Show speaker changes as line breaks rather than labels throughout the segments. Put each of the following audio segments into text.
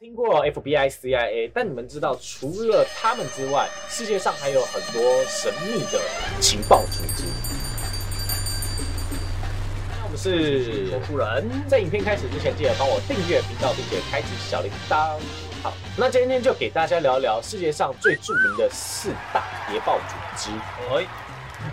听过 FBI、CIA，但你们知道，除了他们之外，世界上还有很多神秘的情报组织。那我们是说书人，在影片开始之前，记得帮我订阅频道，并且开启小铃铛。好，那今天就给大家聊聊世界上最著名的四大谍报组织。
哎，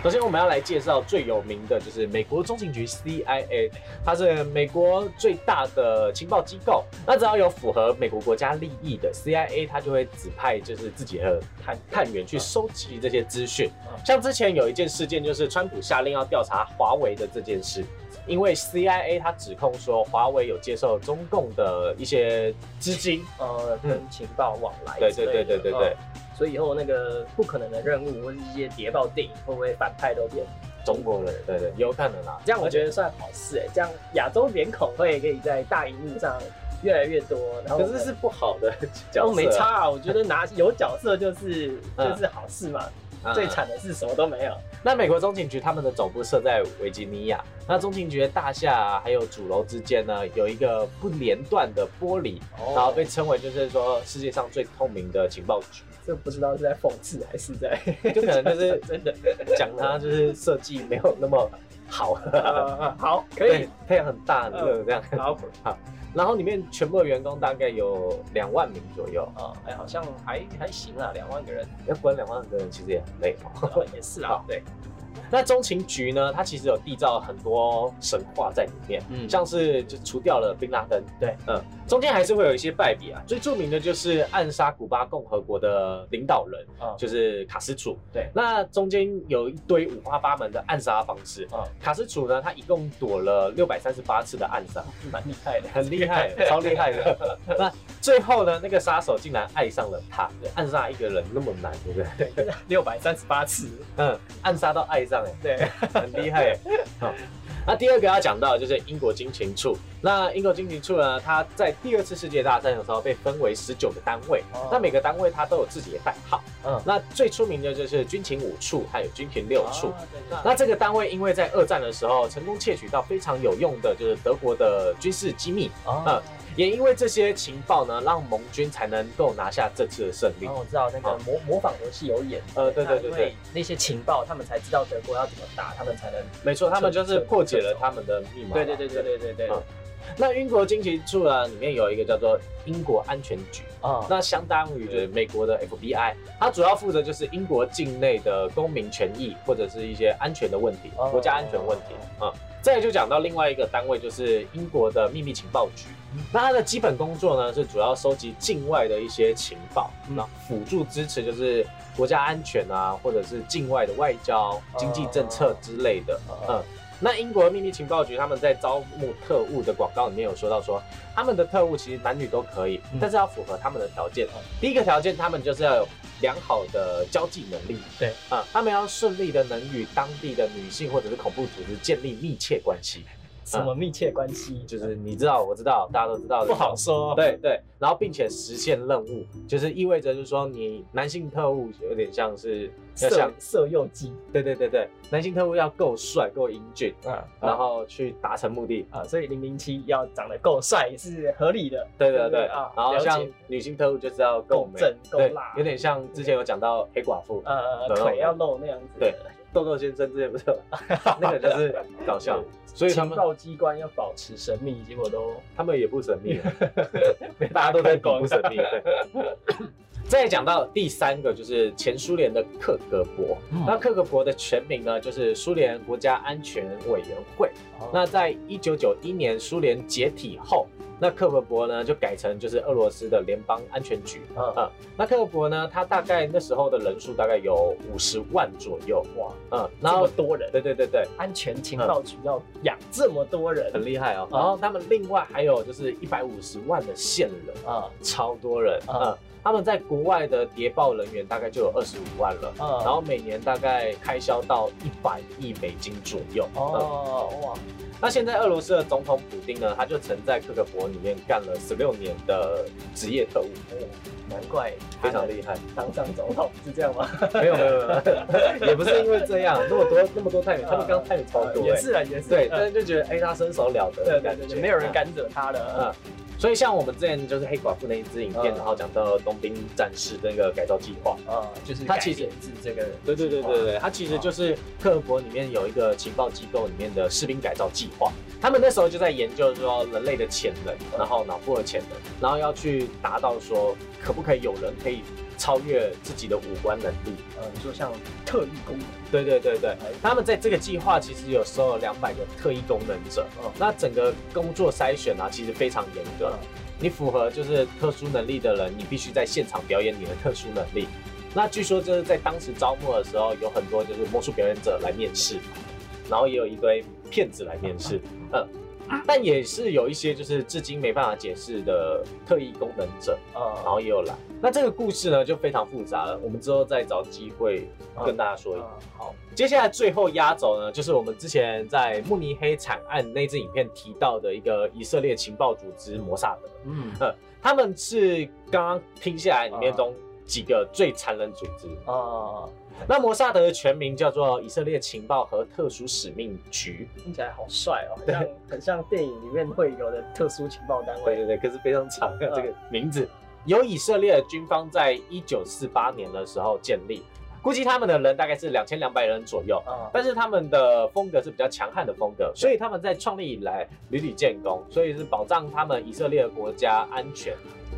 首先，我们要来介绍最有名的就是美国中情局 CIA，它是美国最大的情报机构。那只要有符合美国国家利益的 CIA，它就会指派就是自己的探探员去收集这些资讯。像之前有一件事件，就是川普下令要调查华为的这件事，因为 CIA 它指控说华为有接受中共的一些资金。
呃，跟情报往来
对
之
对
类的，
对对对对
嗯，所以以后那个不可能的任务或是一些谍报电影，会不会反派都变？
中国人，对对，有可能啊。
这样我觉得算好事哎、这样亚洲脸孔会可以在大荧幕上越来越多，然后
可是是不好的角色啊、
哦没差啊，我觉得拿有角色就是
嗯
就是好事嘛，
嗯
最惨的是什么都没有，
那美国中情局他们的总部设在维吉尼亚，那中情局的大厦、还有主楼之间呢，有一个不连断的玻璃，
哦
然后被称为就是说世界上最透明的情报局，
这不知道是在讽刺还是在，
就可能就是
真的，
讲它就是设计没有那么好，
呃好可以
对，太阳很大很热这样。
好。
然后里面全部的员工大概有两万名左右，
哦，哎、好像还还行啊，两万个人、
要管两万个人其实也很累哦。
哦也是啊
好，
对，
那中情局呢，它其实有缔造很多神话在里面，
嗯
像是就除掉了宾拉登，
对，
嗯，中间还是会有一些败笔啊。最著名的就是暗杀古巴共和国的领导人，
嗯
就是卡斯楚。
对
那中间有一堆五花八门的暗杀方式。
嗯
卡斯楚呢，他一共躲了六百三十八次的暗 杀，
蛮厉害的，
很厉害，超厉害的。 那最后呢，那个杀手竟然爱上了他，暗杀一个人那么难，对不对？
六百三十八次，
嗯，暗杀到爱上哎、
对，
很厉害耶。好，那第二个要讲到的就是英国军情处。那英国军情处呢，它在第二次世界大战的时候被分为十九个单位，
哦
那每个单位它都有自己的代号。
嗯，
那最出名的就是军情五处，还有军情六处。
哦，对对
那这个单位因为在二战的时候成功窃取到非常有用的，就是德国的军事机密，
哦，
也因为这些情报呢，让盟军才能够拿下这次的胜利
然。后我知道那个模模仿游戏有演，
呃，啊对对对
哦那因
对
为，那些情报他们才知道德国要怎么打，他们才能，
没错，他们就是破解了他们的密码。
对对对对对对对，
嗯那英国经济处呢，里面有一个叫做英国安全局，
啊，
那相当于就是美国的 FBI，它主要负责就是英国境内的公民权益或者是一些安全的问题，
哦
国家安全问题啊、嗯再来就讲到另外一个单位，就是英国的秘密情报局。
嗯
那它的基本工作呢，是主要收集境外的一些情报，
嗯
那辅助支持就是国家安全啊，或者是境外的外交、经济政策之类的。
哦
嗯，那英国秘密情报局他们在招募特务的广告里面有说到说，他们的特务其实男女都可以，
嗯
但是要符合他们的条件
嗯。
第一个条件，他们就是要有良好的交际能力。
对，
啊、他们要顺利的能与当地的女性或者是恐怖组织建立密切关系，
什么密切关系，
就是你知道，我知道，大家都知道，
不好说，，
对对，然后并且实现任务，就是意味着就是说，你男性特务有点像是要像
色色诱鸡，
对对对对，男性特务要够帅够英俊，
啊，
嗯然后去达成目的。
啊，所以零零七要长得够帅也是合理的，
对对对，
啊，
然后
了解
像女性特务就是要够
够
美，
正够
对
辣，
有点像之前有讲到黑寡妇，
呃
然后
腿要露那样子，
对，豆豆先生之前不是 有那个就是搞笑，所以他
情
们
报机关要保持神秘，结果都
他们也不神秘 了，大家都在搞不神秘。对。再讲到第三个就是前苏联的克格勃，嗯
嗯
那克格勃的全名呢就是苏联国家安全委员会。
哦
那在一九九一年苏联解体后，那克格勃呢就改成就是俄罗斯的联邦安全局。
嗯
那克格勃呢，它大概那时候的人数大概有五十万左右，
哇，
嗯，
这
然
么
后
多人，
对对对对，
安全情报局要养这么多人
很厉害哦。
嗯
然后他们另外还有就是一百五十万的线人，
啊
超多人，
嗯
嗯，他们在国外的谍报人员大概就有二十五万了。
啊，
然后每年大概开销到一百亿美金左右。哦、
哦哇，
那现在俄罗斯的总统普丁呢，他就曾在克格勃里面干了十六年的职业特务，
难怪
非常厉害。
害，当上总 统是这样吗？
没有没有没有，也 不是因为这样，那么多那么多泰美，他们刚泰美超多、
也是啊也
哎
是，
啊对，但
嗯
是就觉得哎、他身手了得
对
的
对
感
对
觉，
对，没有人
嗯
敢惹他了，
所以像我们之前就是黑寡妇那一支影片，
嗯
然后讲到冬兵战士那个改造计划。
啊，就是
它嗯
它
其
其
实
实是这个
对对对对
计划
对，它其实就是克国里面有一个情报机构里面的士兵改造计划，他们那时候就在研究说人类的潜能，然后脑部的潜能，然后要去达到说可不可以有人可以超越自己的五官能力。
呃，你说像特异功能，
对对对对，他们在这个计划其实有收了两百个特异功能者，哦
嗯
那整个工作筛选啊其实非常严
哦
格，你符合就是特殊能力的人，你必须在现场表演你的特殊能力。那据说就是在当时招募的时候，有很多就是魔术表演者来面试，然后也有一堆骗子来面试，嗯，但也是有一些就是至今没办法解释的特异功能者，然
啊，
后也有来。那这个故事呢就非常复杂了，我们之后再找机会跟大家说一下。
好，
接下来最后压轴呢，就是我们之前在慕尼黑惨案那支影片提到的一个以色列情报组织摩萨德，
嗯
他们是刚刚听下来里面中几个最残忍组织。
啊，
那摩萨德的全名叫做以色列情报和特殊使命局，
听起来好帅哦，很像很像电影里面会有的特殊情报单
对
位
对对，可是非常长的
嗯
这个名字。由以色列的军方在一九四八年的时候建立，估计他们的人大概是两千两百人左右。
啊，
但是他们的风格是比较强悍的风格，所以他们在创立以来屡屡建功，所以是保障他们以色列的国家安全。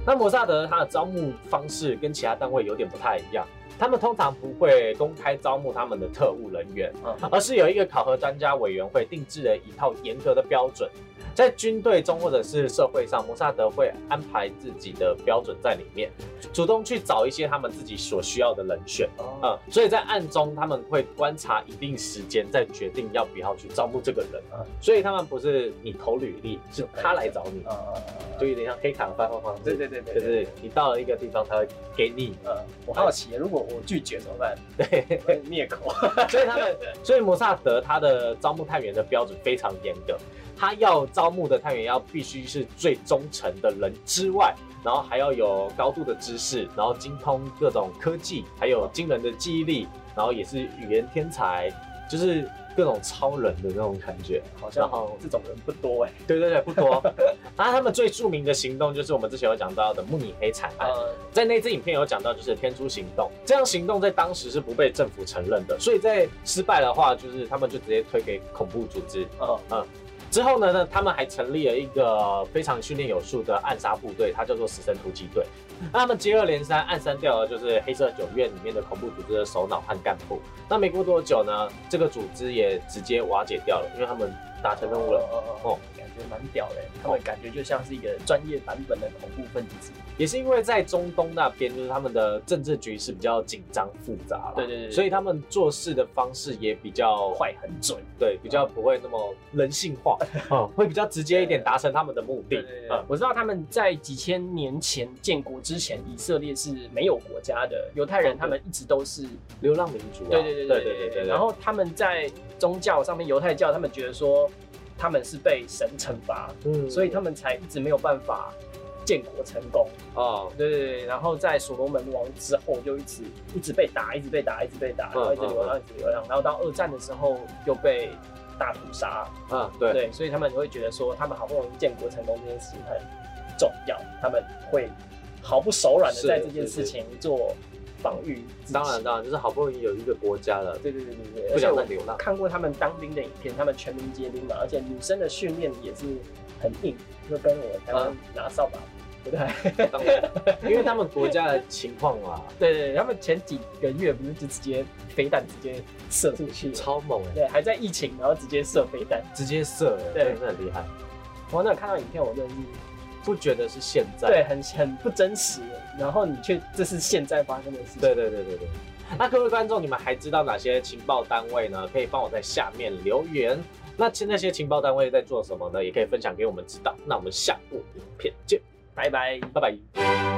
那摩萨德他的招募方式跟其他单位有点不太一样，他们通常不会公开招募他们的特务人员，
嗯
而是有一个考核专家委员会定制了一套严格的标准。在军队中或者是社会上，摩萨德会安排自己的标准在里面，主动去找一些他们自己所需要的人选。嗯，
啊
所以在暗中他们会观察一定时间，再决定要不要去招募这个人。
嗯
所以他们不是你投履历，是他来找你，
啊，
就有点像黑卡的发放方式。
对对对对
就
对
是你到了一个地方，他会给你。
呃，我好奇，如果我拒绝怎么办？
对，
会灭口。
所以他们，所以摩萨德他的招募探员的标准非常严格，他要招募的探员要必须是最忠诚的人之外，然后还要有高度的知识，然后精通各种科技，还有惊人的记忆力，然后也是语言天才，就是各种超人的那种感觉。
好
然
像
后，
这种人不多哎、
对对对，不多。然后他们最著名的行动就是我们之前有讲到的慕尼黑惨案。
呃，
在那支影片有讲到，就是天出行动，这样行动在当时是不被政府承认的，所以在失败的话，就是他们就直接推给恐怖组织。
呃，
之后呢，呢他们还成立了一个非常训练有素的暗杀部队，它叫做死神突击队。那他们接二连三暗杀掉了就是黑色九院里面的恐怖组织的首脑和干部。那没过多久呢，这个组织也直接瓦解掉了，因为他们达成任务了。
哦
哦
感觉蛮屌的、他们感觉就像是一个专业版本的恐怖分子。
也是因为在中东那边，就是他们的政治局势比较紧张复杂了，
对对对对
所以他们做事的方式也比较
坏很准，
对，比
嗯
较不会那么人性 化，嗯，会比较直接一点，
对
达成他们的目的。嗯，
我知道他们在几千年前建国之前，以色列是没有国家的，犹太人他们一直都是，
流浪民族啊，
对对
对
对对
对
对
对
对
对。
然后他们在宗教上面，犹太教他们觉得说他们是被神惩罚，
嗯
所以他们才一直没有办法建国成功。
哦，
对对对，然后在所罗门王之后就一直一直被打，一直被打，一直被打，然后一
嗯
直流浪，一直流浪，然后到二战的时候又被大屠杀。
嗯，对，
对，所以他们会觉得说，他们好不容易建国成功这件事情很重要，他们会毫不手软的
是
在这件事情做防御自己。
当然当然，就是好不容易有一个国家了，
对对对对对，
不
而且
想再
我
流 浪。
看过他们当兵的影片，他们全民皆兵嘛，而且女生的训练也是很硬，就跟我台
嗯
湾拿扫把不太
当然，因为他们国家的情况啊，
对对，对他们前几个月不是就直接飞弹直接射出去，
超猛哎，
对，还在疫情，然后直接射飞弹。
直接射哎，
对
真的很厉害。
我那看到影片，我真的是
不觉得是现在？
对，很很不真实。然后你却这是现在发生的事情，
对对对对对。那各位观众，你们还知道哪些情报单位呢？可以帮我在下面留言。那其那些情报单位在做什么呢？也可以分享给我们知道。那我们下部影片见，
拜拜。
拜拜。